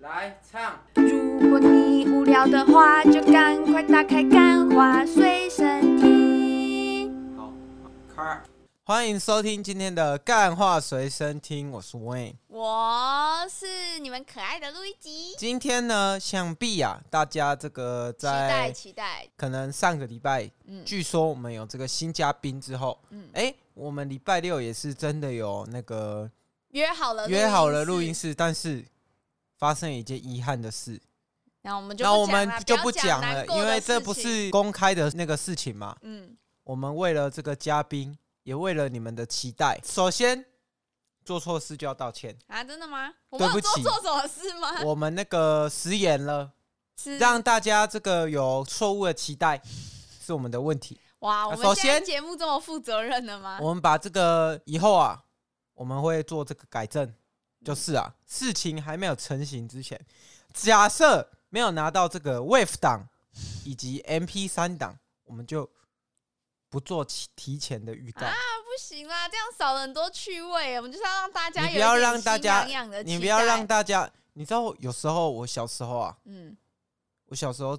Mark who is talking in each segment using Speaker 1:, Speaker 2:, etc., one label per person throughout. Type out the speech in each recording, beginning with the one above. Speaker 1: 来唱。
Speaker 2: 如果你无聊的话，就赶快打开《干花随身听》。
Speaker 1: 好，开。
Speaker 3: 欢迎收听今天的《干话随身听》，我是 Wayne。
Speaker 4: 我是你们可爱的路易吉，期
Speaker 3: 今天呢，想必啊，大家这个
Speaker 4: 待
Speaker 3: 在
Speaker 4: 期待，
Speaker 3: 可能上个礼拜，
Speaker 4: 嗯
Speaker 3: 据说我们有这个新嘉宾之后，
Speaker 4: 嗯，
Speaker 3: 哎、我们礼拜六也是真的有那个
Speaker 4: 约好了，
Speaker 3: 约好了录音，室，但是发生一件遗憾的事，
Speaker 4: 然后我们就
Speaker 3: 那
Speaker 4: 不
Speaker 3: 我
Speaker 4: 讲
Speaker 3: 们
Speaker 4: 啦
Speaker 3: 就
Speaker 4: 不要
Speaker 3: 讲了
Speaker 4: 难，过
Speaker 3: 因为
Speaker 4: 的
Speaker 3: 这
Speaker 4: 事
Speaker 3: 不
Speaker 4: 情
Speaker 3: 是公开的那个事情嘛。
Speaker 4: 嗯，
Speaker 3: 我们为了这个嘉宾，也为了你们的期待，首先做错事就要道歉，
Speaker 4: 啊，真的吗？我
Speaker 3: 对
Speaker 4: 们
Speaker 3: 不
Speaker 4: 有做
Speaker 3: 起
Speaker 4: 错什么事吗？
Speaker 3: 我们那个食言了。
Speaker 4: 是
Speaker 3: 让大家这个有错误的期待，是我们的问题。
Speaker 4: 哇，我
Speaker 3: 啊首
Speaker 4: 们现在
Speaker 3: 先
Speaker 4: 节目这么负责任的吗？
Speaker 3: 我们把这个以后啊，我们会做这个改正，就是啊，事情还没有成型之前，假设没有拿到这个 WAV 档以及 MP 三档，我们就不做提提前的预告。
Speaker 4: 不行啦，这样少了很多趣味。我们就是要让大家有
Speaker 3: 你
Speaker 4: 一
Speaker 3: 不要
Speaker 4: 点
Speaker 3: 让大
Speaker 4: 心
Speaker 3: 家
Speaker 4: 痒痒的
Speaker 3: 你
Speaker 4: 期
Speaker 3: 不要
Speaker 4: 待
Speaker 3: 让大家，你知道，有时候我小时候啊，
Speaker 4: 嗯
Speaker 3: 我小时候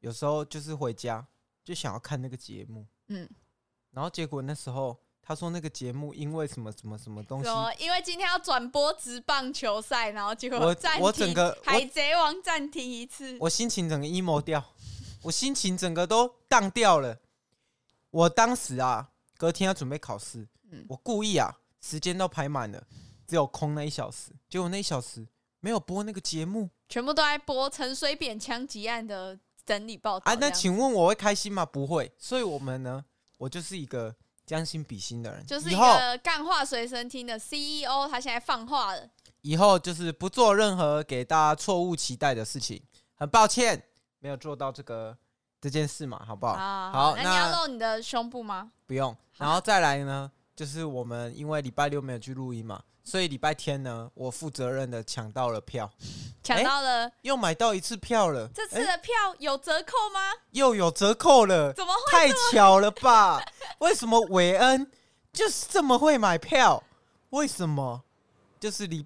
Speaker 3: 有时候就是回家就想要看那个节目，
Speaker 4: 嗯，
Speaker 3: 然后结果那时候他说那个节目因为什么什么什么东西
Speaker 4: 什，么？因为今天要转播职棒球赛，然后结
Speaker 3: 我
Speaker 4: 果暂
Speaker 3: 我
Speaker 4: 停
Speaker 3: 整个我
Speaker 4: 海贼王暂停一次，
Speaker 3: 我心情整个 emo 掉，我心情整个都荡掉了。我当时啊，隔天要准备考试，
Speaker 4: 嗯
Speaker 3: 我故意啊，时间都排满了，只有空那一小时，结果那一小时没有播那个节目
Speaker 4: 全部都在播陈水扁枪击案的整理报道
Speaker 3: 啊。
Speaker 4: 这
Speaker 3: 那
Speaker 4: 样。
Speaker 3: 请问我会开心吗？不会。所以我们呢，我就是一个将心比心的人，
Speaker 4: 就是
Speaker 3: 以
Speaker 4: 一
Speaker 3: 后
Speaker 4: 个干话随身听的 CEO，他现在放话了。
Speaker 3: 以后就是不做任何给大家错误期待的事情。很抱歉，没有做到这个这件事嘛，好不好？
Speaker 4: 啊，
Speaker 3: 哦好，
Speaker 4: 那你要露你的胸部吗？
Speaker 3: 不用。然后再来呢，就是我们因为礼拜六没有去录音嘛，所以礼拜天呢，我负责任的抢到了票，
Speaker 4: 抢
Speaker 3: 哎
Speaker 4: 到了，
Speaker 3: 又买到一次票了，
Speaker 4: 这次
Speaker 3: 哎
Speaker 4: 的票有折扣吗？
Speaker 3: 又有折扣了，
Speaker 4: 怎么会？
Speaker 3: 太巧了吧？为什么韦恩就是这么会买票？为什么？就是你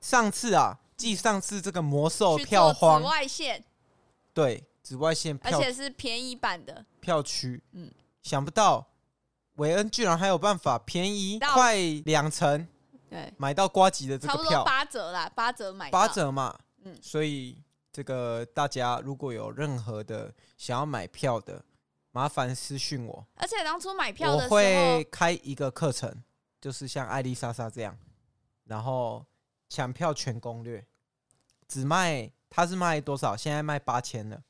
Speaker 3: 上次啊，继上次这个魔兽
Speaker 4: 去
Speaker 3: 票
Speaker 4: 做
Speaker 3: 荒
Speaker 4: 紫，外线，
Speaker 3: 对，紫外线
Speaker 4: 而
Speaker 3: 票
Speaker 4: 且是便宜版的，
Speaker 3: 票区，嗯
Speaker 4: 嗯，
Speaker 3: 想不到韦恩居然还有办法便宜
Speaker 4: 到
Speaker 3: 快两成
Speaker 4: 对，
Speaker 3: 买到瓜吉的这
Speaker 4: 差
Speaker 3: 个
Speaker 4: 不多
Speaker 3: 票，
Speaker 4: 八折啦，八折买到
Speaker 3: 八，折嘛，
Speaker 4: 嗯
Speaker 3: 所以这个大家如果有任何的想要买票的，麻烦私讯我，
Speaker 4: 而且当初买票
Speaker 3: 我
Speaker 4: 的时
Speaker 3: 会
Speaker 4: 候，
Speaker 3: 开一个课程，就是像艾丽莎莎这样，然后抢票全攻略，只卖他是卖多少？现在卖八千了，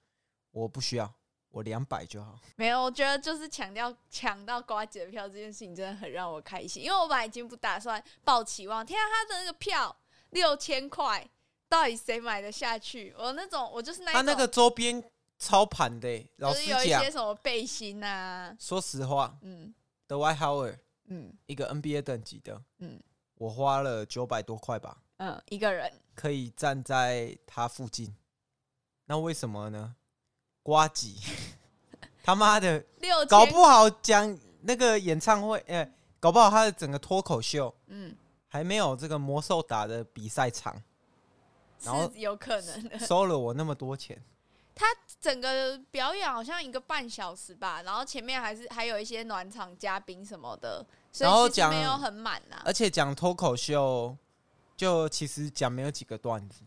Speaker 3: 我不需要，我两百就好。
Speaker 4: 没有，我觉得就是抢掉抢到瓜姐的票这件事情，真的很让我开心，因为我本来已经不打算抱期望，天啊，他的那个票六千块，到底谁买得下去？我那种，我就是那一
Speaker 3: 他
Speaker 4: 种，
Speaker 3: 那个周边超盘的欸、老
Speaker 4: 就
Speaker 3: 实
Speaker 4: 是有一
Speaker 3: 讲
Speaker 4: 些，什么背心啊，
Speaker 3: 说实话，
Speaker 4: 嗯
Speaker 3: 德怀豪尔
Speaker 4: 嗯
Speaker 3: 一个 NBA 等级的，
Speaker 4: 嗯
Speaker 3: 我花了九百多块吧，
Speaker 4: 嗯，一个人。
Speaker 3: 可以站在他附近。那为什么呢？瓜吉， 他妈 的，
Speaker 4: 六千，
Speaker 3: 搞不好讲那个演唱会，哎、搞不好他的整个脱口秀
Speaker 4: 嗯，
Speaker 3: 还没有这个魔兽打的比赛 长，然后
Speaker 4: 是有可能的。
Speaker 3: 收了我那么多钱。
Speaker 4: 整个表演好像一个半小时吧，然后前面还是还有一些暖场嘉宾什么的，所
Speaker 3: 然后
Speaker 4: 以其实
Speaker 3: 讲
Speaker 4: 没有很满啊呐、
Speaker 3: 而且讲脱口秀，就其实讲没有几个段子。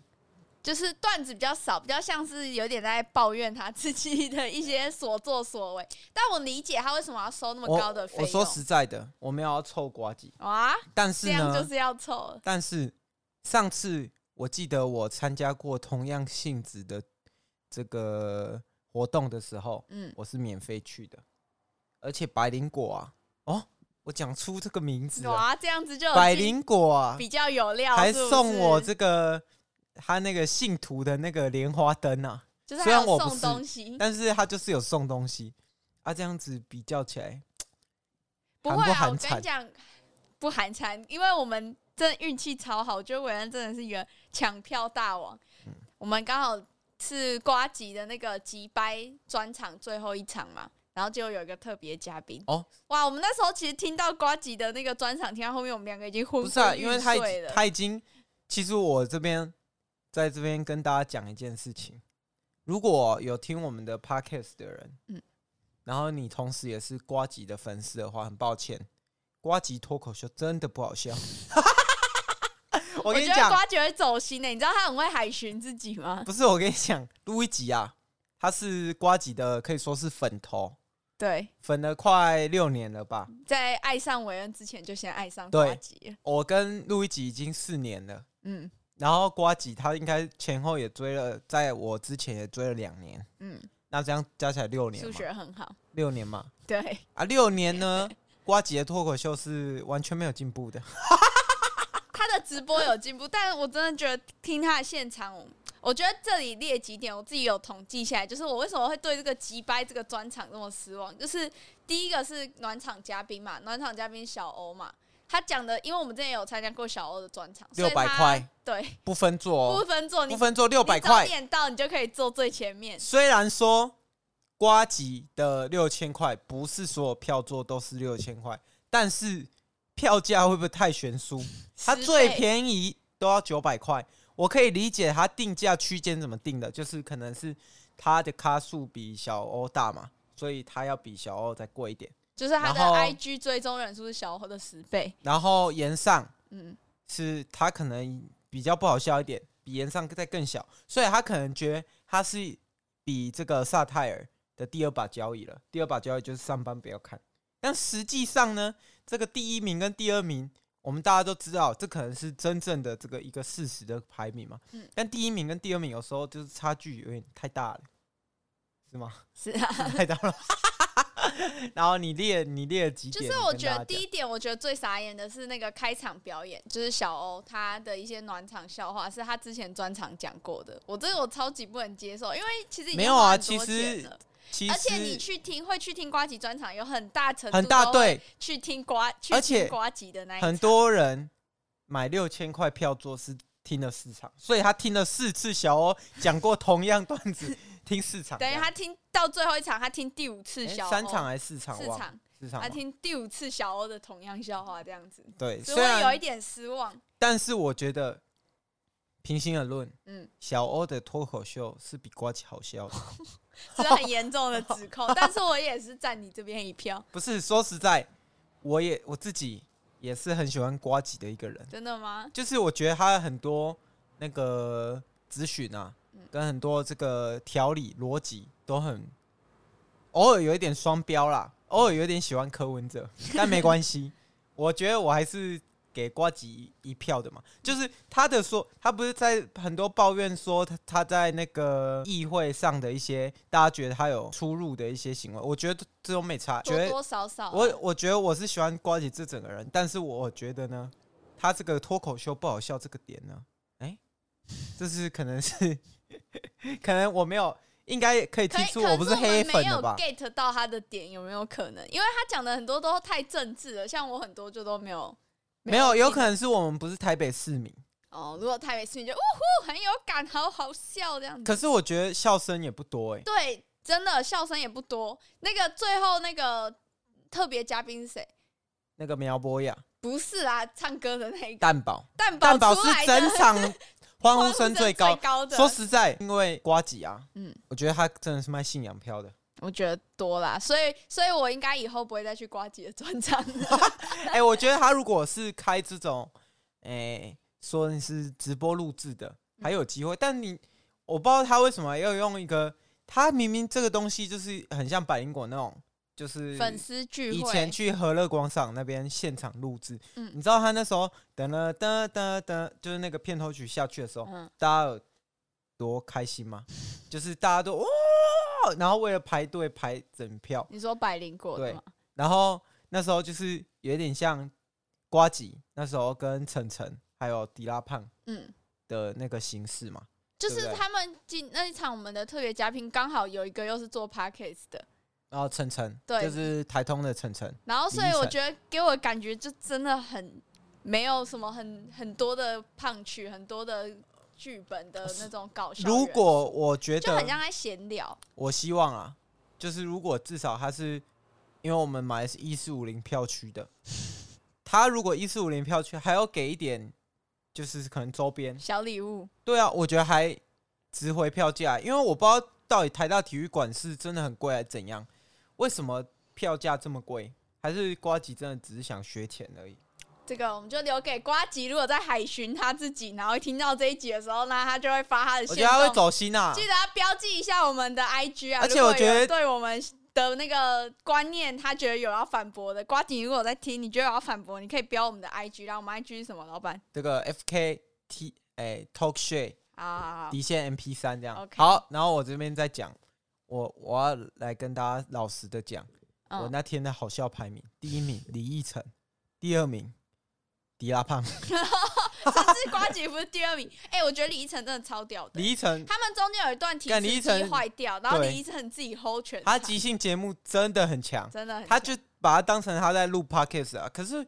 Speaker 4: 就是段子比较少，比较像是有点在抱怨他自己的一些所作所为。但我理解他为什么要收那么高的费
Speaker 3: 我
Speaker 4: 用。
Speaker 3: 我说实在的，我没有要凑瓜吉，
Speaker 4: 哇，
Speaker 3: 但
Speaker 4: 这
Speaker 3: 是
Speaker 4: 样
Speaker 3: 呢，
Speaker 4: 就是要凑了，
Speaker 3: 但是上次我记得我参加过同样性质的这个活动的时候，
Speaker 4: 嗯，
Speaker 3: 我是免费去的，而且百灵果啊，哦，我讲出这个名字了，
Speaker 4: 哇，这样子就有
Speaker 3: 啊百
Speaker 4: 进
Speaker 3: 灵果啊，
Speaker 4: 比较有料，
Speaker 3: 还
Speaker 4: 是不
Speaker 3: 送我
Speaker 4: 是
Speaker 3: 这个他那个信徒的那个莲花灯啊，
Speaker 4: 就是
Speaker 3: 虽
Speaker 4: 还
Speaker 3: 然
Speaker 4: 有
Speaker 3: 我不
Speaker 4: 送
Speaker 3: 是
Speaker 4: 东西，
Speaker 3: 但是他就是有送东西啊，这样子比较起来，
Speaker 4: 不
Speaker 3: 寒
Speaker 4: 会
Speaker 3: 不
Speaker 4: 啊，
Speaker 3: 寒
Speaker 4: 我跟
Speaker 3: 蝉
Speaker 4: 你讲，不寒蝉，因为我们真的运气超好，我觉得韦恩真的是一个抢票大王。
Speaker 3: 嗯
Speaker 4: 我们刚好是瓜吉的那个吉掰专场最后一场嘛，然后就有一个特别嘉宾
Speaker 3: 哦，
Speaker 4: 哇！我们那时候其实听到瓜吉的那个专场，听到后面我们两个已经昏
Speaker 3: 不是啊，
Speaker 4: 昏欲
Speaker 3: 因为他已
Speaker 4: 睡
Speaker 3: 经
Speaker 4: 了
Speaker 3: 他已经，其实我这边在这边跟大家讲一件事情：如果有听我们的 podcast 的人，
Speaker 4: 嗯
Speaker 3: 然后你同时也是瓜吉的粉丝的话，很抱歉，瓜吉脱口秀真的不好 笑。我
Speaker 4: 我
Speaker 3: 跟你
Speaker 4: 觉得
Speaker 3: 讲，
Speaker 4: 瓜姐会走心的，欸你知道他很会海巡自己吗？
Speaker 3: 不是我跟你讲，录一集啊，他是瓜吉的，可以说是粉头，
Speaker 4: 对，
Speaker 3: 粉了快六年了吧。
Speaker 4: 在爱上韦恩之前就先爱上
Speaker 3: 对
Speaker 4: 瓜姐，
Speaker 3: 我跟录一集已经四年了，
Speaker 4: 嗯
Speaker 3: 然后瓜吉他应该前后也追了，在我之前也追了两年，
Speaker 4: 嗯，
Speaker 3: 那这样加起来六年
Speaker 4: 数
Speaker 3: 嘛，
Speaker 4: 学很好，
Speaker 3: 六年嘛，
Speaker 4: 对，
Speaker 3: 啊，六年 呢，瓜吉的脱口秀是完全没有进步的。
Speaker 4: 他的直播有进步， 但我真的觉得听他的现场，我我觉得这里列几点，我自己有统计下来，就是我为什么会对这个击败这个专场这么失望，就是第一个是暖场嘉宾嘛，暖场嘉宾小欧嘛，他讲的，因为我们之前有参加过小欧的专场，所以他
Speaker 3: 600块，
Speaker 4: 对，
Speaker 3: 不分座、
Speaker 4: 不
Speaker 3: 哦，
Speaker 4: 分座，你
Speaker 3: 不分座六
Speaker 4: 你
Speaker 3: 百
Speaker 4: 早
Speaker 3: 块。
Speaker 4: 点到，你就可以坐最前面，
Speaker 3: 虽然说瓜吉的六千块不是所有票座都是六千块，但是票价会不会太悬殊？它
Speaker 4: 十
Speaker 3: 最
Speaker 4: 倍
Speaker 3: 便宜都要九百块，我可以理解它定价区间怎么定的，就是可能是它的咖数比小欧大嘛，所以它要比小欧再贵一点。
Speaker 4: 就是他的
Speaker 3: 然后
Speaker 4: IG 追踪人数是小欧的十倍，
Speaker 3: 然后延上
Speaker 4: 嗯，
Speaker 3: 是它可能比较不好笑一点，比岩上再更小，所以他可能觉得他是比这个萨泰尔的第二把交椅了。第二把交椅就是上班不要看，但实际上呢，这个第一名跟第二名，我们大家都知道，这可能是真正的这个一个事实的排名嘛。
Speaker 4: 嗯
Speaker 3: 但第一名跟第二名有时候就是差距有点太大了， 是吗？
Speaker 4: 是啊。
Speaker 3: 是太大了。然后你列你列了几
Speaker 4: 就
Speaker 3: 点？
Speaker 4: 是
Speaker 3: 你
Speaker 4: 我
Speaker 3: 跟
Speaker 4: 觉
Speaker 3: 大
Speaker 4: 得
Speaker 3: 家
Speaker 4: 第
Speaker 3: 讲
Speaker 4: 一点，我觉得最傻眼的是那个开场表演，就是小欧他的一些暖场笑话，是他之前专场讲过的。我这个我超级不能接受，因为其实已经
Speaker 3: 没有啊
Speaker 4: 花很多
Speaker 3: 其实
Speaker 4: 钱了
Speaker 3: 其
Speaker 4: 而且
Speaker 3: 实
Speaker 4: 你去听会去听瓜吉专场，有很大程度
Speaker 3: 很大
Speaker 4: 都
Speaker 3: 对
Speaker 4: 会去听瓜，去
Speaker 3: 而且
Speaker 4: 听瓜吉的那一
Speaker 3: 很
Speaker 4: 场
Speaker 3: 多人买六千块票做是听了四场，所以他听了四次小欧讲过同样段子，听四场这
Speaker 4: 等于
Speaker 3: 样，
Speaker 4: 他听到最后一场，他听第五次
Speaker 3: 诶
Speaker 4: 小欧、哦
Speaker 3: 三场还是四场？啊
Speaker 4: 四
Speaker 3: 忘了
Speaker 4: 场，
Speaker 3: 四场
Speaker 4: 他
Speaker 3: 吧。
Speaker 4: 听第五次小欧的同样笑话这样子，
Speaker 3: 对，
Speaker 4: 所以
Speaker 3: 嗯虽
Speaker 4: 我有一
Speaker 3: 然
Speaker 4: 点失望。
Speaker 3: 但是我觉得平心而论，
Speaker 4: 嗯，
Speaker 3: 小欧的脱口秀是比瓜吉好笑的。
Speaker 4: 这很严重的指控，但是我也是站你这边一票。
Speaker 3: 不是说实在，我也我自己也是很喜欢瓜吉的一个人。
Speaker 4: 真的吗？
Speaker 3: 就是我觉得他很多那个咨询啊
Speaker 4: 嗯，
Speaker 3: 跟很多这个条理逻辑都很，偶尔有一点双标啦，偶尔有点喜欢柯文 哲，但没关系，我觉得我还是给瓜吉一票的嘛。就是他的说，他不是在很多抱怨说他他在那个议会上的一些大家觉得他有出入的一些行为，我觉得这都没差，觉
Speaker 4: 多
Speaker 3: 得
Speaker 4: 多少少啊、
Speaker 3: 我我觉得我是喜欢瓜姐这整个人，但是我觉得呢，他这个脱口秀不好笑这个点呢，哎、这是可能是 可能我没有，应该可以
Speaker 4: 可
Speaker 3: 听
Speaker 4: 以，
Speaker 3: 出
Speaker 4: 可
Speaker 3: 我
Speaker 4: 能
Speaker 3: 不
Speaker 4: 是
Speaker 3: 黑
Speaker 4: 我们
Speaker 3: 粉
Speaker 4: 没有
Speaker 3: 的吧？
Speaker 4: get 到他的点有没有可能？因为他讲的很多都太政治了，像我很多就都没有
Speaker 3: 没有，有可
Speaker 4: 听
Speaker 3: 能是我们不是台北市民。
Speaker 4: 哦。如果台北市民就呜呼很有感，好好笑这样子。
Speaker 3: 可是我觉得笑声也不多哎、
Speaker 4: 对，真的笑声也不多。那个最后那个特别嘉宾是谁？
Speaker 3: 那个苗博雅
Speaker 4: 不是啊，唱歌的那一个
Speaker 3: 蛋堡，
Speaker 4: 蛋
Speaker 3: 蛋堡
Speaker 4: 出
Speaker 3: 是
Speaker 4: 来 的
Speaker 3: 整场欢
Speaker 4: 欢
Speaker 3: 呼
Speaker 4: 呼
Speaker 3: 声
Speaker 4: 声
Speaker 3: 最
Speaker 4: 最
Speaker 3: 高。
Speaker 4: 的。
Speaker 3: 说实在，因为瓜吉啊，
Speaker 4: 嗯，
Speaker 3: 我觉得他真的是卖信仰票的。
Speaker 4: 我觉得多啦，所以所以我应该以后不会再去瓜姐的专场。
Speaker 3: 哎、我觉得他如果是开这种，哎、说你是直播录制的，还有机会。但你，我不知道他为什么要用一个，他明明这个东西就是很像百灵果那种， 就是
Speaker 4: 粉丝聚会，
Speaker 3: 以前去和乐广场那边现场录制，
Speaker 4: 嗯
Speaker 3: 你知道他那时候噔了噔噔噔，就是那个片头曲下去的时候，
Speaker 4: 嗯
Speaker 3: 大家有多开心吗？ 就是大家都哦，然后为了排队排整票，
Speaker 4: 你说百灵果的
Speaker 3: 对
Speaker 4: 吗？
Speaker 3: 然后那时候就是有点像瓜吉那时候跟晨晨还有迪拉胖
Speaker 4: 嗯，
Speaker 3: 的那个形式嘛。
Speaker 4: 就
Speaker 3: 对不
Speaker 4: 是
Speaker 3: 对
Speaker 4: 他们进那一场我们的特别嘉宾，刚好有一个又是做 podcast 的，
Speaker 3: 然后晨晨，
Speaker 4: 对
Speaker 3: 就是台通的晨晨，
Speaker 4: 然后所以
Speaker 3: 凌晨
Speaker 4: 我觉得给我的感觉就真的很没有什么很很多的胖曲，很多的剧本的那种搞笑元素，
Speaker 3: 如果我觉
Speaker 4: 就很
Speaker 3: 得，
Speaker 4: 像在闲聊，
Speaker 3: 我希望啊，就是如果至少他是，因为我们买的是 一四五零票区的，他如果一四五零票区还要给一点就是可能周边。
Speaker 4: 小礼物，
Speaker 3: 对啊，我觉得还值回票价，因为我不知道到底台大体育馆是真的很贵还是怎样，为什么票价这么贵？还是瓜吉真的只是想学钱而已？
Speaker 4: 这个我们就留给瓜吉。如果在海巡他自己，然后一听到这一集的时候，那他就会发他的
Speaker 3: 我
Speaker 4: 线
Speaker 3: 觉得他会
Speaker 4: 动
Speaker 3: 走心啊
Speaker 4: 记，得要标记一下我们的 IG 啊。
Speaker 3: 而且
Speaker 4: 如果
Speaker 3: 我觉得
Speaker 4: 有对我们的那个观念，他觉得有要反驳的，瓜吉如果有在听，你觉得有要反驳，你可以标我们的 IG，然后我们 IG 是什么？老板
Speaker 3: 这个 F K T 哎 Talk Share
Speaker 4: 好好好，
Speaker 3: 底线 M P 三这样。
Speaker 4: OK
Speaker 3: 好，然后我这边再讲，我我要来跟大家老实的讲，我
Speaker 4: 嗯，
Speaker 3: 那天的好笑排名，第一名李奕晨，第二名迪拉胖，
Speaker 4: 甚至瓜吉不是第二名。哎、我觉得李依晨真的超屌的。
Speaker 3: 李奕晨
Speaker 4: 他们中间有一段提
Speaker 3: 干李
Speaker 4: 词
Speaker 3: 依晨
Speaker 4: 机坏掉，然后
Speaker 3: 对
Speaker 4: 李依晨自己 hold 全
Speaker 3: 他
Speaker 4: 场
Speaker 3: 即兴节目真的很强。
Speaker 4: 真的很
Speaker 3: 他
Speaker 4: 强
Speaker 3: 就把它当成他在录 podcast 啊。可是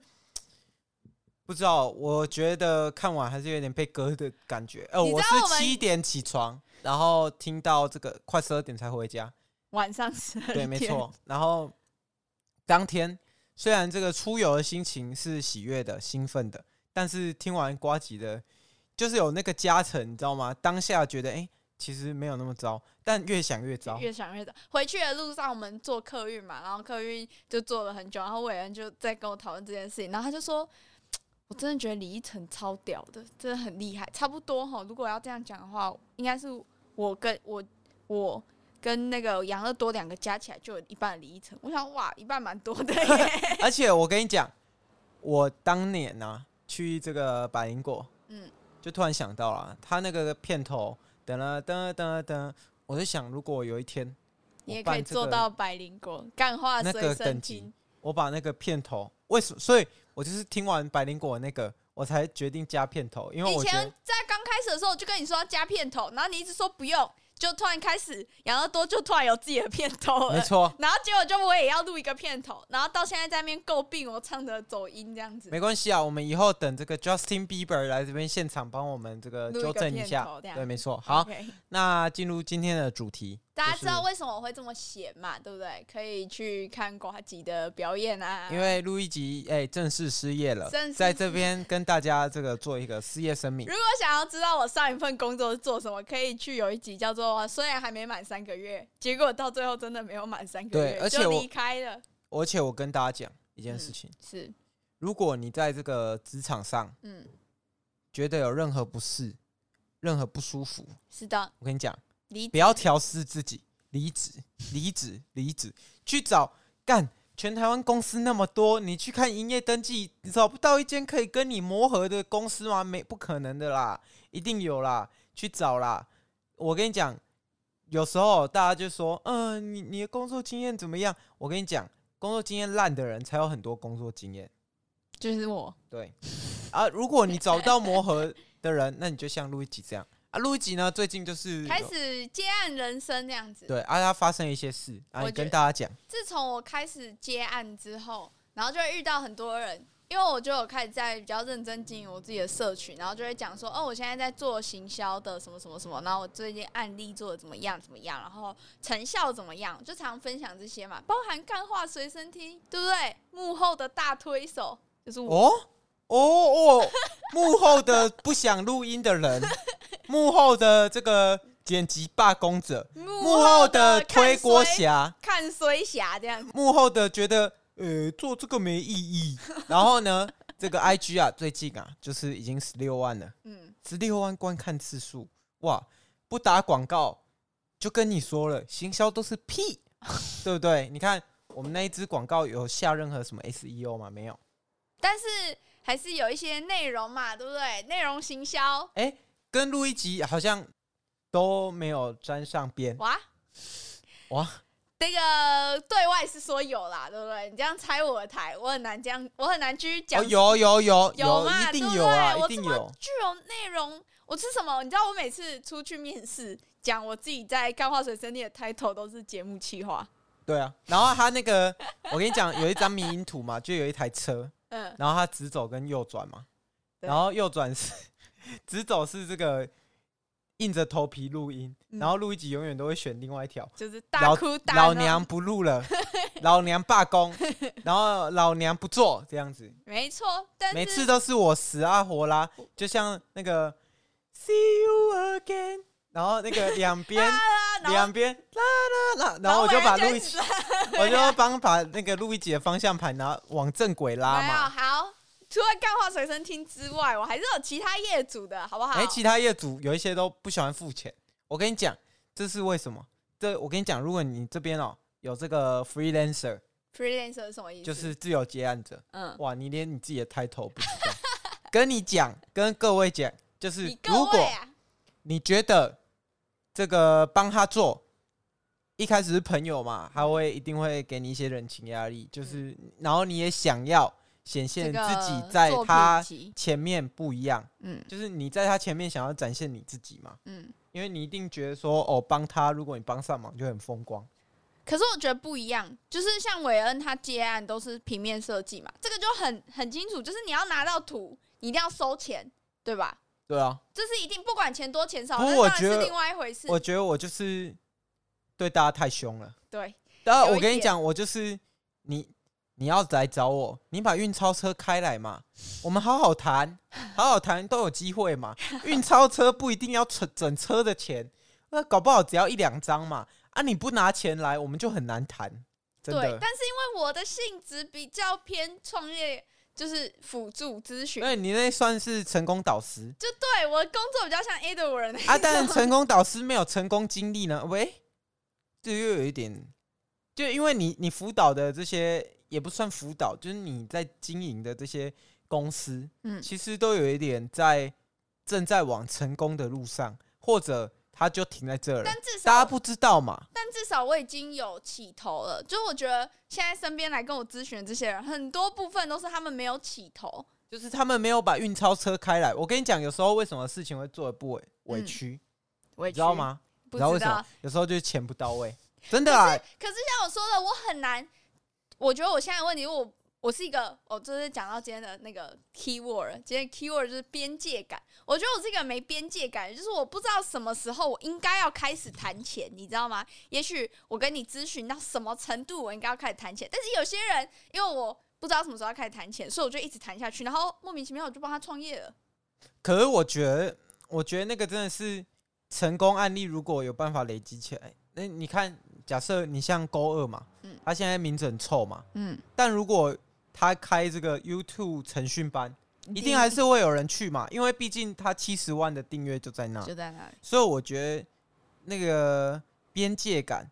Speaker 3: 不知道，我觉得看完还是有点被割的感觉。呃，
Speaker 4: 你知
Speaker 3: 我
Speaker 4: 道我
Speaker 3: 是
Speaker 4: 们
Speaker 3: 七点起床，然后听到这个快十二点才回家，
Speaker 4: 晚上十二点，
Speaker 3: 对，没错。然后当天虽然这个出游的心情是喜悦的、兴奋的，但是听完瓜吉的，就是有那个加成，你知道吗？当下觉得哎、诶其实没有那么糟，但越想越糟。
Speaker 4: 越想越早。回去的路上，我们坐客运嘛，然后客运就坐了很久，然后伟恩就在跟我讨论这件事情，然后他就说：“我真的觉得李依晨超屌的，真的很厉害。差不多哈，如果要这样讲的话，应该是我跟我我跟那个杨乐多两个加起来就有一半的李依晨。我想哇，一半蛮多的耶。
Speaker 3: 而且 我跟你讲，我当年呢、去这个百灵果，嗯
Speaker 4: 嗯，
Speaker 3: 就突然想到了他那个片头，噔啦噔噔噔，我就想，如果有一天
Speaker 4: 你也
Speaker 3: 我
Speaker 4: 可以
Speaker 3: 办这
Speaker 4: 做
Speaker 3: 个
Speaker 4: 到百灵果，干话
Speaker 3: 那
Speaker 4: 随
Speaker 3: 个
Speaker 4: 身
Speaker 3: 等级
Speaker 4: 听。，
Speaker 3: 我把那个片头为什么？所以我就是听完百灵果那个，我才决定加片头，因为
Speaker 4: 以
Speaker 3: 我觉
Speaker 4: 前
Speaker 3: 得
Speaker 4: 在刚开始的时候，我就跟你说要加片头，然后你一直说不用，就突然开始养乐多就突然有自己的片头
Speaker 3: 没
Speaker 4: 了。
Speaker 3: 错，
Speaker 4: 然后结果就我也要录一个片头，然后到现在在那边诟病我唱的走音这样子
Speaker 3: 没，关系啊。我们以后等这个 Justin Bieber 来这边现场帮我们这个
Speaker 4: 录一
Speaker 3: 纠
Speaker 4: 个
Speaker 3: 正一
Speaker 4: 片
Speaker 3: 下
Speaker 4: 头，这样
Speaker 3: 对，没错。好，
Speaker 4: OK
Speaker 3: 那进入今天的主题，
Speaker 4: 大家
Speaker 3: 就是
Speaker 4: 知道为什么我会这么写嘛？对不对？可以去看瓜吉的表演啊。
Speaker 3: 因为录一集哎、正式失业了
Speaker 4: 正，式
Speaker 3: 在这边跟大家这个做一个失业声明
Speaker 4: 如。果想要知道我上一份工作是做什么，可以去有一集叫做“虽然还没满三个月，结果到最后真的没有满三个
Speaker 3: 对
Speaker 4: 月，
Speaker 3: 而且
Speaker 4: 就
Speaker 3: 我
Speaker 4: 离开了
Speaker 3: 而且我跟大家讲一件
Speaker 4: 嗯
Speaker 3: 事情：”。
Speaker 4: 是，
Speaker 3: 如果你在这个职场上
Speaker 4: 嗯，
Speaker 3: 觉得有任何不适、任何不舒服，
Speaker 4: 是的，
Speaker 3: 我跟你讲，
Speaker 4: 离
Speaker 3: 不要调试自己，离职、离职、离职，去找干。全台湾公司那么多，你去看营业登记，找不到一间可以跟你磨合的公司吗？没，不可能的啦，一定有啦，去找啦。我跟你讲，有时候大家就说，嗯、你你的工作经验怎么样？我跟你讲，工作经验烂的人才有很多工作经验。
Speaker 4: 就是我。
Speaker 3: 对啊，如果你找不到磨合的人，那你就像路易吉这样啊。路易吉呢，最近就是哦
Speaker 4: 开始接案人生这样子。
Speaker 3: 对啊，他发生一些事啊，
Speaker 4: 我
Speaker 3: 你
Speaker 4: 觉
Speaker 3: 跟
Speaker 4: 得
Speaker 3: 大家讲，
Speaker 4: 自从我开始接案之后，然后就会遇到很多人，因为我就有开始在比较认真经营我自己的社群，然后就会讲说，哦，我现在在做行销的什么什么什么，然后我最近案例做的怎么样怎么样，然后成效怎么样，就常分享这些嘛，包含干话随身听，对不对？幕后的大推手就是我，
Speaker 3: 哦哦哦，幕后的不想录音的人，幕后的这个剪辑罢工者，幕
Speaker 4: 幕
Speaker 3: 后
Speaker 4: 的
Speaker 3: 的推锅
Speaker 4: 看衰
Speaker 3: 侠，
Speaker 4: 看衰侠这样子。
Speaker 3: 幕后的觉得呃做这个没意义，然后呢，这个 IG 啊，最近啊，就是已经十六万了。
Speaker 4: 嗯，
Speaker 3: 十六万观看次数，哇！不打广告，就跟你说了，行销都是 屁，对不对？你看我们那一支广告有下任何什么 SEO 吗？没有。
Speaker 4: 但是还是有一些内容嘛，对不对？内容行销，
Speaker 3: 哎、跟录一集好像都没有沾上边。
Speaker 4: 哇
Speaker 3: 哇！
Speaker 4: 那个对外是说有啦，对不对？你这样拆我的台，我很难这样，我很难继续讲。
Speaker 3: 哦，有有有
Speaker 4: 有嘛
Speaker 3: 一定
Speaker 4: 对不
Speaker 3: 有啊，
Speaker 4: 对
Speaker 3: 一
Speaker 4: 我
Speaker 3: 定
Speaker 4: 这么
Speaker 3: 有。
Speaker 4: 具有内容，我吃什么？你知道我每次出去面试，讲我自己在干化水生地的 title 都是节目企划。
Speaker 3: 对啊，然后他那个，我跟你讲，有一张迷因图嘛，就有一台车，
Speaker 4: 嗯，
Speaker 3: 然后他直走跟右转嘛，
Speaker 4: 对
Speaker 3: 然后右转是直走是这个硬着头皮录音，
Speaker 4: 嗯
Speaker 3: 然后录一集永远都会选另外一条。
Speaker 4: 就是
Speaker 3: 老
Speaker 4: 大哭大闹
Speaker 3: 老娘不录 了，老娘罢工，然后老娘不做这样子，
Speaker 4: 没错，但是
Speaker 3: 每次都是我死啊活啦，就像那个 See you again，然后那个两边
Speaker 4: 啊然后
Speaker 3: 两边啦啦啦，然后我就把录一啊集，我就帮把那个录一集的方向盘拿往正轨拉
Speaker 4: 没有
Speaker 3: 嘛。
Speaker 4: 好。除了干话随身听之外，我还是有其他业主的，好不好？
Speaker 3: 哎、其他业主有一些都不喜欢付钱，我跟你讲，这是为什么？这我跟你讲，如果你这边哦有这个 freelancer，
Speaker 4: freelancer 是什么意思？
Speaker 3: 就是自由接案者，
Speaker 4: 嗯，
Speaker 3: 哇，你连你自己的 title 不知道。跟你讲，跟各位讲，就是
Speaker 4: 你各
Speaker 3: 如果
Speaker 4: 位啊，
Speaker 3: 你觉得这个帮他做，一开始是朋友嘛，他会一定会给你一些人情压力，就是然后你也想要显现
Speaker 4: 嗯这个
Speaker 3: 自己在
Speaker 4: 作品
Speaker 3: 他
Speaker 4: 集
Speaker 3: 前面不一样，
Speaker 4: 嗯
Speaker 3: 就是你在他前面想要展现你自己嘛，
Speaker 4: 嗯。
Speaker 3: 因为你一定觉得说哦帮他，如果你帮上忙就很风光，
Speaker 4: 可是我觉得不一样，就是像韦恩他接案都是平面设计嘛，这个就很很清楚，就是你要拿到图，你一定要收钱，对吧？
Speaker 3: 对啊，
Speaker 4: 这是一定，不管钱多钱少，
Speaker 3: 不过
Speaker 4: 那
Speaker 3: 我
Speaker 4: 当然
Speaker 3: 觉
Speaker 4: 是
Speaker 3: 得
Speaker 4: 另外一回事。
Speaker 3: 我觉得我就是对大家太凶了。
Speaker 4: 对，
Speaker 3: 当然，
Speaker 4: 有一
Speaker 3: 我跟你
Speaker 4: 点
Speaker 3: 讲，我就是你，你要来找我，你把运钞车开来嘛，我们好好谈，好好谈都有机会 嘛。运钞车不一定要整整车的钱，那搞不好只要一两张嘛。啊，你不拿钱来，我们就很难谈，真
Speaker 4: 对
Speaker 3: 的，。
Speaker 4: 但是因为我的性质比较偏创业，就是辅助咨询
Speaker 3: 因，为你那算是成功导师
Speaker 4: 就对我工作比较像 Edward 那
Speaker 3: 啊，但成功导师没有成功经历呢，喂，这又有一点，就因为你你辅导的这些也不算辅导，就是你在经营的这些公司，
Speaker 4: 嗯
Speaker 3: 其实都有一点在正在往成功的路上，或者他就停在这儿了。
Speaker 4: 但嗯至
Speaker 3: 大家
Speaker 4: 少，
Speaker 3: 不知道嘛？
Speaker 4: 但至少我已经有起头了。就我觉得现在身边来跟我咨询的这些人，很多部分都是他们没有起头。
Speaker 3: 就是他们没有把运钞车开来。我跟你讲，有时候为什么事情会做的不委委屈，
Speaker 4: 我
Speaker 3: 你知道？吗？
Speaker 4: 嗯不
Speaker 3: 你知道为
Speaker 4: 知
Speaker 3: 什么
Speaker 4: 道。？
Speaker 3: 有时候就是钱不到位，真的啊！
Speaker 4: 可是像我说的，我很难。我觉得我现在的问题，我我是一个，我就是讲到今天的那个 keyword，了今天 keyword 就是边界感。我觉得我是一个没边界感的人，就是我不知道什么时候我应该要开始谈钱，你知道吗？也许我跟你咨询到什么程度，我应该要开始谈钱。但是有些人，因为我不知道什么时候要开始谈钱，所以我就一直谈下去，然后莫名其妙我就帮他创业了。
Speaker 3: 可是我觉得，我觉得那个真的是成功案例，如果有办法累积起来，那你看，假设你像勾二嘛，
Speaker 4: 嗯
Speaker 3: 他现在名字很臭嘛，
Speaker 4: 嗯，
Speaker 3: 但如果他开这个 YouTube 腾讯班，一定还是会有人去嘛，因为毕竟他七十万的订阅就在那，
Speaker 4: 就在那里。
Speaker 3: 所以我觉得那个边界感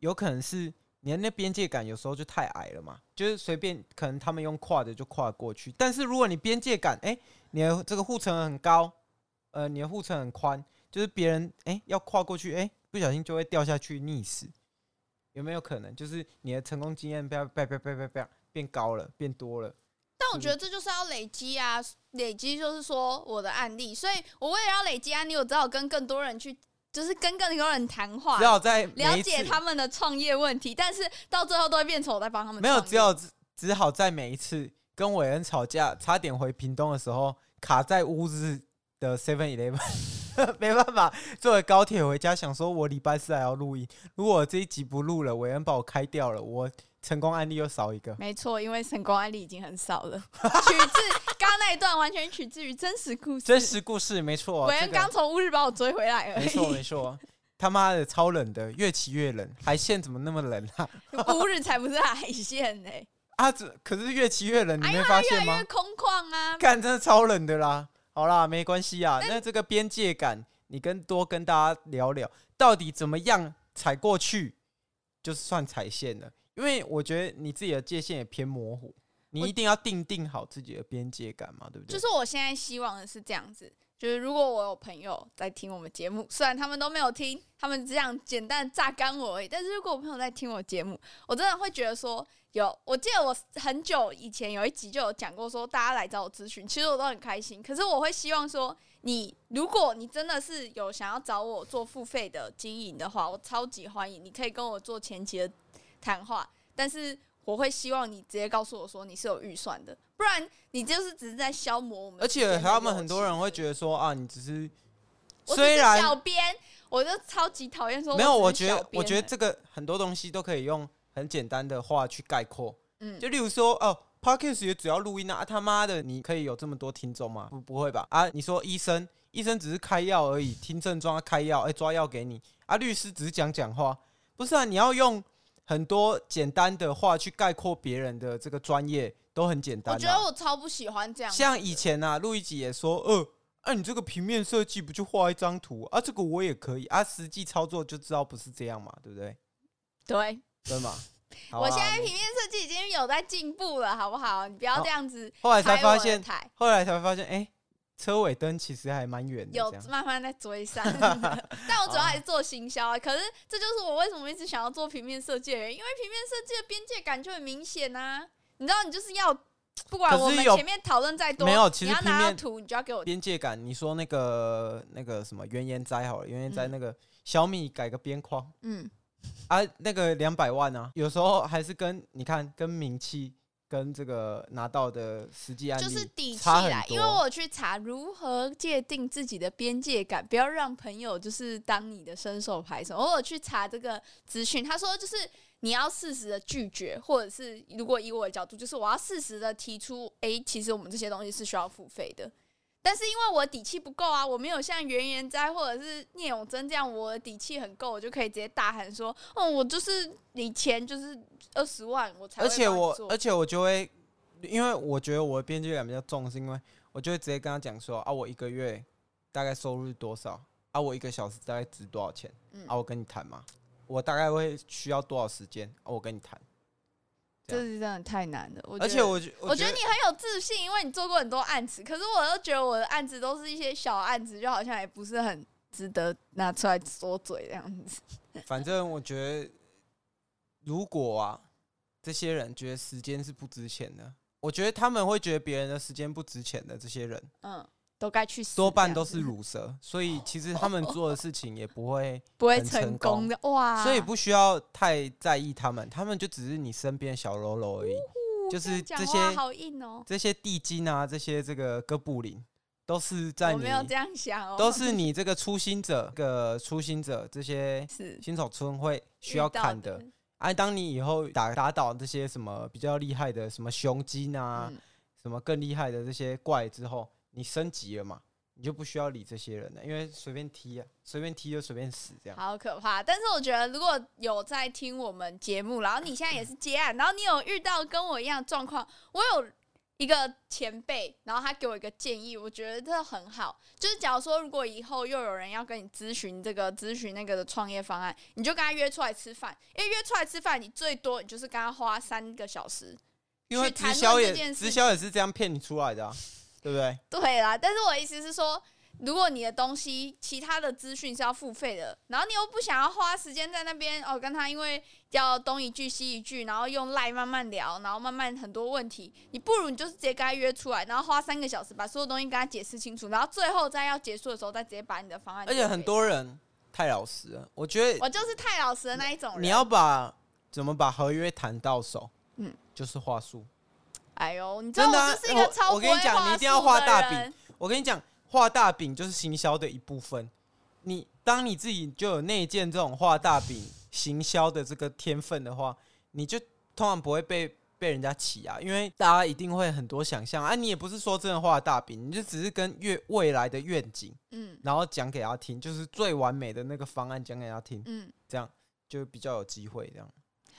Speaker 3: 有可能是你的那边界感有时候就太矮了嘛，就是随便可能他们用跨的就跨过去，但是如果你边界感哎、你的这个护城很高，呃，你的护城很宽，就是别人哎、要跨过去哎、不小心就会掉下去溺死，有没有可能就是你的成功经验啪啪啪啪啪啪变高了，变多了？
Speaker 4: 但
Speaker 3: 嗯
Speaker 4: 我觉得这就是要累积啊，累积就是说我的案例，所以我为了要累积案例，我只好跟更多人去，就是跟更多人谈话，
Speaker 3: 只好在每
Speaker 4: 了
Speaker 3: 一
Speaker 4: 解
Speaker 3: 次
Speaker 4: 他们的创业问题，但是到最后都会变成我在帮他们
Speaker 3: 没有，
Speaker 4: 创业
Speaker 3: 只有只只好在每一次跟伟恩吵架，差点回屏东的时候，卡在屋子的 Seven Eleven，没 办法，坐了高铁回家，想说我礼拜四还要录音，如果我这一集不录了，伟恩把我开掉了，我成功案例又少一个。
Speaker 4: 没错，因为成功案例已经很少了。 取自刚刚那一段完全取自于真实故事，
Speaker 3: 真实故事没错，啊
Speaker 4: 韦
Speaker 3: 这
Speaker 4: 恩
Speaker 3: 个
Speaker 4: 刚从乌日把我追回来 而
Speaker 3: 没错没
Speaker 4: 已，
Speaker 3: 错，他妈的超冷的，越骑越冷，海线怎么那么冷啊？
Speaker 4: 乌日才不是海线呢、
Speaker 3: 啊，这可是越骑越冷，你
Speaker 4: 啊，因
Speaker 3: 没
Speaker 4: 为
Speaker 3: 发
Speaker 4: 它越来
Speaker 3: 现吗？
Speaker 4: 越空旷啊，
Speaker 3: 干真的超冷的啦。好啦，没关系啊。那这个边界感，你跟多跟大家聊聊，到底怎么样踩过去，就是算踩线了。因为我觉得你自己的界限也偏模糊，你
Speaker 4: 我
Speaker 3: 一定要定定好自己的边界感嘛，对不对？
Speaker 4: 就是我现在希望的是这样子，就是如果我有朋友在听我们节目，虽然他们都没有听，他们这样简单地榨干我而已，但是如果我朋友在听我节目，我真的会觉得说有。我记得我很久以前有一集就有讲过，说大家来找我咨询，其实我都很开心，可是我会希望说。你如果你真的是有想要找我做付费的经营的话，我超级欢迎，你可以跟我做前期的谈话，但是我会希望你直接告诉我说你是有预算的，不然你就是只是在消磨我们
Speaker 3: 而
Speaker 4: 之间的友
Speaker 3: 且
Speaker 4: 情。
Speaker 3: 他们很多人会觉得说啊，你只是
Speaker 4: 我只
Speaker 3: 虽
Speaker 4: 是
Speaker 3: 然
Speaker 4: 小编，我就超级讨厌说
Speaker 3: 没有，我
Speaker 4: 我
Speaker 3: 觉
Speaker 4: 只是小
Speaker 3: 得
Speaker 4: 编
Speaker 3: 我觉得
Speaker 4: 欸
Speaker 3: 这个很多东西都可以用很简单的话去概括，
Speaker 4: 嗯
Speaker 3: 就例如说哦。Podcast 也只要录音啊，啊他妈的，你可以有这么多听众吗？
Speaker 4: 嗯
Speaker 3: 不，不会吧？啊，你说医生，医生只是开药而已，听症状开药，哎、抓药给你。啊，律师只是讲讲话，不是啊？你要用很多简单的话去概括别人的这个专业，都很简单、啊。
Speaker 4: 我觉得我超不喜欢这样。
Speaker 3: 像以前啊，录一集也说，呃，啊，你这个平面设计不就画一张图啊？这个我也可以啊，实际操作就知道不是这样嘛，对不对？
Speaker 4: 对，
Speaker 3: 对 吗？好啊
Speaker 4: 我
Speaker 3: 啦
Speaker 4: 现在平面设计已经有在进步了，好不好？你不要这样子
Speaker 3: 后来才
Speaker 4: 拍
Speaker 3: 发
Speaker 4: 我的
Speaker 3: 现，
Speaker 4: 台，
Speaker 3: 后来才发现，哎、车尾灯其实还蛮远的，
Speaker 4: 有
Speaker 3: 这样哦
Speaker 4: 慢慢在 追上。但我主要还是做行销啊，可是这就是我为什么一直想要做平面设计的原因，因为平面设计的边界感就很明显啊。你知道，你就是要不管
Speaker 3: 可
Speaker 4: 我
Speaker 3: 是
Speaker 4: 们
Speaker 3: 有
Speaker 4: 前面讨论再多，
Speaker 3: 没有其实
Speaker 4: 你要
Speaker 3: 平
Speaker 4: 拿到
Speaker 3: 面
Speaker 4: 图，你就要给我
Speaker 3: 边界感。你说那个那个什么原研哉好了，原研哉
Speaker 4: 嗯
Speaker 3: 那个小米改个边框。
Speaker 4: 嗯，
Speaker 3: 啊，那个两百万啊，有时候还是跟你看跟名气跟这个拿到的实际案例
Speaker 4: 就是底气
Speaker 3: 差很
Speaker 4: 啦。
Speaker 3: 多
Speaker 4: 因为我去查如何界定自己的边界感，不要让朋友就是当你的伸手牌什么。我有去查这个资讯，他说就是你要适时的拒绝，或者是如果以我的角度，就是我要适时的提出，诶，其实我们这些东西是需要付费的。但是因为我底气不够啊，我没有像袁言哉或者是聂永真这样，我的底气很够，我就可以直接大喊说：“哦，我就是你钱就是二十万，我才会
Speaker 3: 而且
Speaker 4: 帮你
Speaker 3: 我
Speaker 4: 做
Speaker 3: 而且我就会，因为我觉得我的边界感比较重，是因为我就会直接跟他讲说啊，我一个月大概收入是多少啊，我一个小时大概值多少钱、
Speaker 4: 嗯
Speaker 3: 啊，我跟你谈嘛，我大概会需要多少时间、啊，我跟你
Speaker 4: 嗯
Speaker 3: 谈。这
Speaker 4: 这
Speaker 3: 样
Speaker 4: 是真的太难了。我觉
Speaker 3: 而
Speaker 4: 得
Speaker 3: 且我觉
Speaker 4: 我
Speaker 3: 觉
Speaker 4: 觉得你很有自信，因为你做过很多案子。可是我又觉得我的案子都是一些小案子，就好像也不是很值得拿出来说嘴这样子。
Speaker 3: 反正我觉得，如果啊，这些人觉得时间是不值钱的，我觉得他们会觉得别人的时间不值钱的这些人，
Speaker 4: 嗯，都该去死这
Speaker 3: 多
Speaker 4: 样子，
Speaker 3: 半都是乳蛇，所以其实他们做的事情也不会，
Speaker 4: 不会
Speaker 3: 很成
Speaker 4: 成功的哇。
Speaker 3: 所以不需要太在意他们，他们就只是你身边的小喽啰而已。
Speaker 4: 呼
Speaker 3: 就是
Speaker 4: 这
Speaker 3: 这
Speaker 4: 样讲话
Speaker 3: 些
Speaker 4: 好硬哦。
Speaker 3: 这些地精啊，这些这个哥布林，都是在
Speaker 4: 我
Speaker 3: 你
Speaker 4: 没有这样想哦，
Speaker 3: 都是你这个初心者、这个初心者这些
Speaker 4: 是
Speaker 3: 新手村会需要
Speaker 4: 遇到
Speaker 3: 看的。啊，当你以后打打倒这些什么比较厉害的什么雄鸡啊，
Speaker 4: 嗯
Speaker 3: 什么更厉害的这些怪之后，你升级了嘛，你就不需要理这些人了，因为随便踢啊，随便踢就随便死这样。
Speaker 4: 好可怕！但是我觉得，如果有在听我们节目，然后你现在也是接案，然后你有遇到跟我一样的状况，我有一个前辈，然后他给我一个建议，我觉得这很好。就是假如说，如果以后又有人要跟你咨询这个、咨询那个的创业方案，你就跟他约出来吃饭。因为约出来吃饭，你最多你就是跟他花三个小时。
Speaker 3: 因为
Speaker 4: 去
Speaker 3: 直
Speaker 4: 谈
Speaker 3: 销
Speaker 4: 论
Speaker 3: 也
Speaker 4: 这件事
Speaker 3: 直销也是这样骗你出来的、啊，对不对？
Speaker 4: 对啦，但是我的意思是说，如果你的东西其他的资讯是要付费的，然后你又不想要花时间在那边哦，跟他因为要东一句西一句，然后用赖慢慢聊，然后慢慢很多问题，你不如你就是直接跟他约出来，然后花三个小时把所有东西跟他解释清楚，然后最后在要结束的时候再直接把你的方案。
Speaker 3: 而且很，多人太老实了，我觉得
Speaker 4: 我就是太老实的那一种人。
Speaker 3: 你要把怎么把合约谈到手，嗯
Speaker 4: 嗯，
Speaker 3: 就是话术。
Speaker 4: 哎呦，你知道
Speaker 3: 真的
Speaker 4: 我
Speaker 3: 啊
Speaker 4: 就是一个
Speaker 3: 我
Speaker 4: 超
Speaker 3: 我跟你讲你一定要画
Speaker 4: 画
Speaker 3: 大饼我跟你讲，画大饼就是行销的一部分。你当你自己就有内建这种画大饼行销的这个天分的话，你就通常不会被被人家起啊，因为大家一定会很多想象啊。你也不是说真的画大饼，你就只是跟月未来的愿景，
Speaker 4: 嗯
Speaker 3: 然后讲给他听，就是最完美的那个方案讲给他听，
Speaker 4: 嗯。
Speaker 3: 这样就比较有机会。这样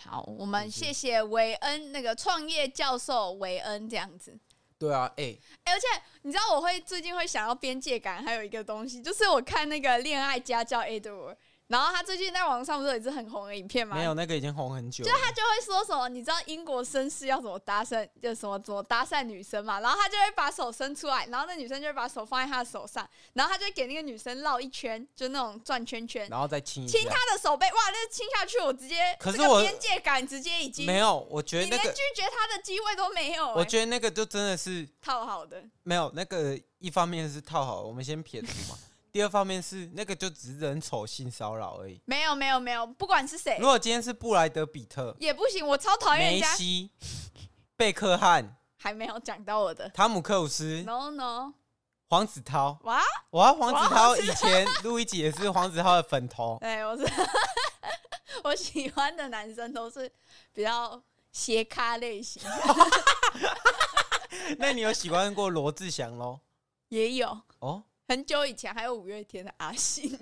Speaker 4: 好，我们谢谢韦恩那个创业教授韦恩这样子。
Speaker 3: 对啊，哎、
Speaker 4: 哎而且你知道我会最近会想要边界感，还有一个东西，就是我看那个恋爱家教 Edward，然后他最近在网上不是有一支很红的影片吗？
Speaker 3: 没有那个已经红很久了，
Speaker 4: 他就会说什么，你知道英国绅士要怎么搭讪，就什么怎么搭讪女生嘛，然后他就会把手伸出来，然后那女生就会把手放在他的手上，然后他就会给那个女生绕一圈，就那种转圈圈，
Speaker 3: 然后再亲一下
Speaker 4: 亲。她的手背，哇，那亲下去我直接，
Speaker 3: 可是
Speaker 4: 这个
Speaker 3: 我
Speaker 4: 边界感直接已经
Speaker 3: 没有，我觉得
Speaker 4: 你
Speaker 3: 那
Speaker 4: 连
Speaker 3: 个
Speaker 4: 拒，绝他的机会都没有、
Speaker 3: 我
Speaker 4: 欸，
Speaker 3: 觉得那个就真的是
Speaker 4: 套好的，
Speaker 3: 没有，那个一方面是套好，我们先撇除嘛。第二方面是那个就只是人丑性骚扰而已。
Speaker 4: 没有没有没有，不管是谁
Speaker 3: 如果今天是布莱德比特、
Speaker 4: 也不行，我超讨厌人
Speaker 3: 梅
Speaker 4: 家
Speaker 3: 西、贝克汉、
Speaker 4: 还没有讲到我的
Speaker 3: 汤姆克鲁斯、
Speaker 4: ，no no，
Speaker 3: 黄子韬，
Speaker 4: 哇，
Speaker 3: 哇，黄子
Speaker 4: 哇
Speaker 3: 韬以前录一集也是黄子韬的粉头，
Speaker 4: 对哎我是 我喜欢的男生都是比较斜咖类型，
Speaker 3: 那你有喜欢过罗志祥喽？
Speaker 4: 也有
Speaker 3: 哦，
Speaker 4: 很久以前还有五月天的阿信，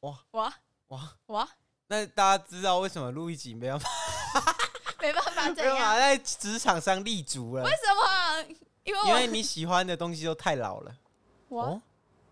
Speaker 3: 哇
Speaker 4: 哇
Speaker 3: 哇，
Speaker 4: 哇，
Speaker 3: 那大家知道为什么录一集没办法
Speaker 4: 没办法
Speaker 3: 没啊
Speaker 4: 怎
Speaker 3: 办法
Speaker 4: 样？
Speaker 3: 在职场上立足了
Speaker 4: 为？什么？因为
Speaker 3: 因
Speaker 4: 我
Speaker 3: 为你喜欢的东西都太老了。
Speaker 4: 我
Speaker 3: 哦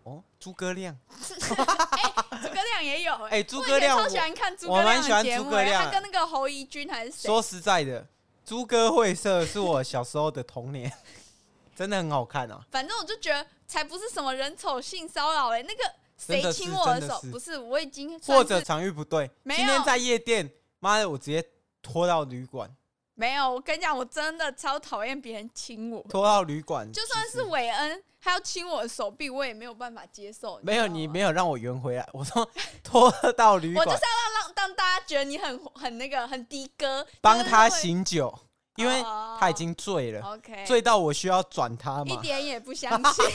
Speaker 3: 哦，诸葛亮，
Speaker 4: 诸葛亮也有哎、
Speaker 3: 哎，诸葛亮，
Speaker 4: 我以前超喜
Speaker 3: 我
Speaker 4: 欢看诸
Speaker 3: 我
Speaker 4: 葛
Speaker 3: 蛮
Speaker 4: 亮
Speaker 3: 喜欢
Speaker 4: 的节
Speaker 3: 诸
Speaker 4: 目
Speaker 3: 葛
Speaker 4: 欸，
Speaker 3: 亮
Speaker 4: 他跟那个侯怡君还是谁？
Speaker 3: 说实在的，诸葛会社是我小时候的童年， 真的很好看啊。
Speaker 4: 反正我就觉得才不是什么人丑性骚扰哎，那个
Speaker 3: 真的
Speaker 4: 谁
Speaker 3: 是
Speaker 4: 亲我
Speaker 3: 真的
Speaker 4: 手？
Speaker 3: 是
Speaker 4: 不是，我已经算
Speaker 3: 或
Speaker 4: 是
Speaker 3: 者场域不对，
Speaker 4: 没有
Speaker 3: 今天在夜店，妈的，我直接拖到旅馆，
Speaker 4: 没有。我跟你讲，我真的超讨厌别人亲我，
Speaker 3: 拖到旅馆，
Speaker 4: 就算
Speaker 3: 其
Speaker 4: 是
Speaker 3: 实
Speaker 4: 韦恩他要亲我的手臂，我也没有啊办法接受。
Speaker 3: 没有
Speaker 4: 知道
Speaker 3: 你
Speaker 4: 吗
Speaker 3: 没有让我圆回来，我说 拖到旅
Speaker 4: 我就是
Speaker 3: 馆，
Speaker 4: 要让让让大家觉得你很很那个很的哥，
Speaker 3: 帮他
Speaker 4: 就是
Speaker 3: 醒酒，因为
Speaker 4: 哦
Speaker 3: 他已经醉
Speaker 4: 会
Speaker 3: 了，
Speaker 4: OK，
Speaker 3: 醉到我需要转他
Speaker 4: 一
Speaker 3: 嘛。
Speaker 4: 点 也不相信。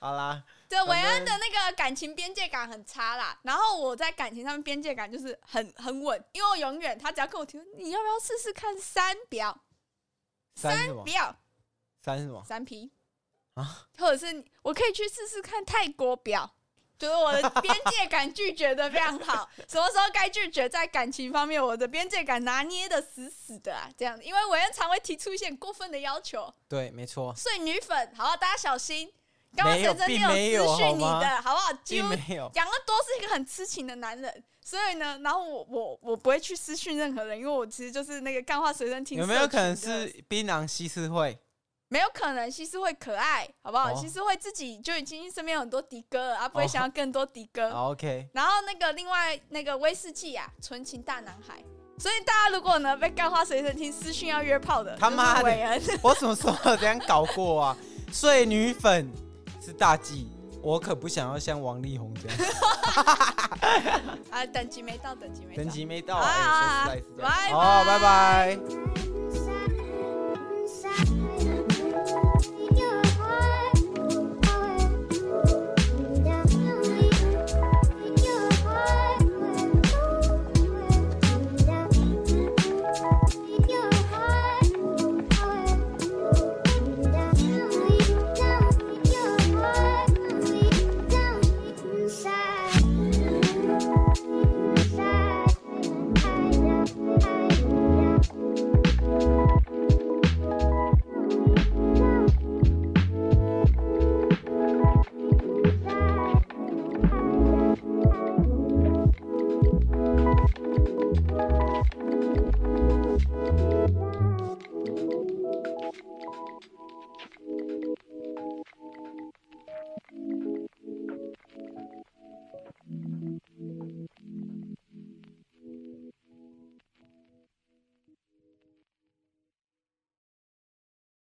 Speaker 3: 好啦，
Speaker 4: 对，
Speaker 3: 反
Speaker 4: 韦恩的那个感情边界感很差啦。然后我在感情上面边界感就是很很稳，因为我永远他只要跟我提出你要不要试试看三不要
Speaker 3: 三什么
Speaker 4: 不？要
Speaker 3: 三什么？
Speaker 4: 三 P
Speaker 3: 啊，
Speaker 4: 或者是你我可以去试试看泰国不要。就是我的边界感拒绝的非常 好，什么时候该拒绝，在感情方面，我的边界感拿捏的死死的啊，这样子。因为韦恩常会提出一些很过分的要求，
Speaker 3: 对，没错，
Speaker 4: 所以女粉，好，大家小心，刚刚
Speaker 3: 没有
Speaker 4: 神神
Speaker 3: 并
Speaker 4: 也
Speaker 3: 没
Speaker 4: 有
Speaker 3: 有
Speaker 4: 私
Speaker 3: 好
Speaker 4: 讯你
Speaker 3: 吗
Speaker 4: 的，好不好？几
Speaker 3: 并
Speaker 4: 乎
Speaker 3: 没有。
Speaker 4: 养乐多是一个很痴情的男人，所以呢，然后我我我不会去私讯任何人，因为我其实就是那个干话随身听。
Speaker 3: 有没有可能
Speaker 4: 社群
Speaker 3: 是
Speaker 4: 的？
Speaker 3: 槟榔西施会？
Speaker 4: 没有可能，西施会可爱，好不好？
Speaker 3: 哦
Speaker 4: 西施会自己就已经身边有很多迪哥了，而、不会
Speaker 3: 哦
Speaker 4: 想要更多迪哥。
Speaker 3: 好，OK，
Speaker 4: 然后那个另外那个威士忌啊，纯情大男孩。所以大家如果呢被干话随身听私讯要约炮的，
Speaker 3: 他妈的
Speaker 4: 就是韦恩
Speaker 3: 我什么时候有这样搞过啊？睡女粉是大忌，我可不想要像王力宏这样。
Speaker 4: 啊，等级没到，等级没到，
Speaker 3: 等级没到，
Speaker 4: 啊
Speaker 3: 哎，说实在是这样。
Speaker 4: 拜拜
Speaker 3: 好，拜拜。
Speaker 2: 拜。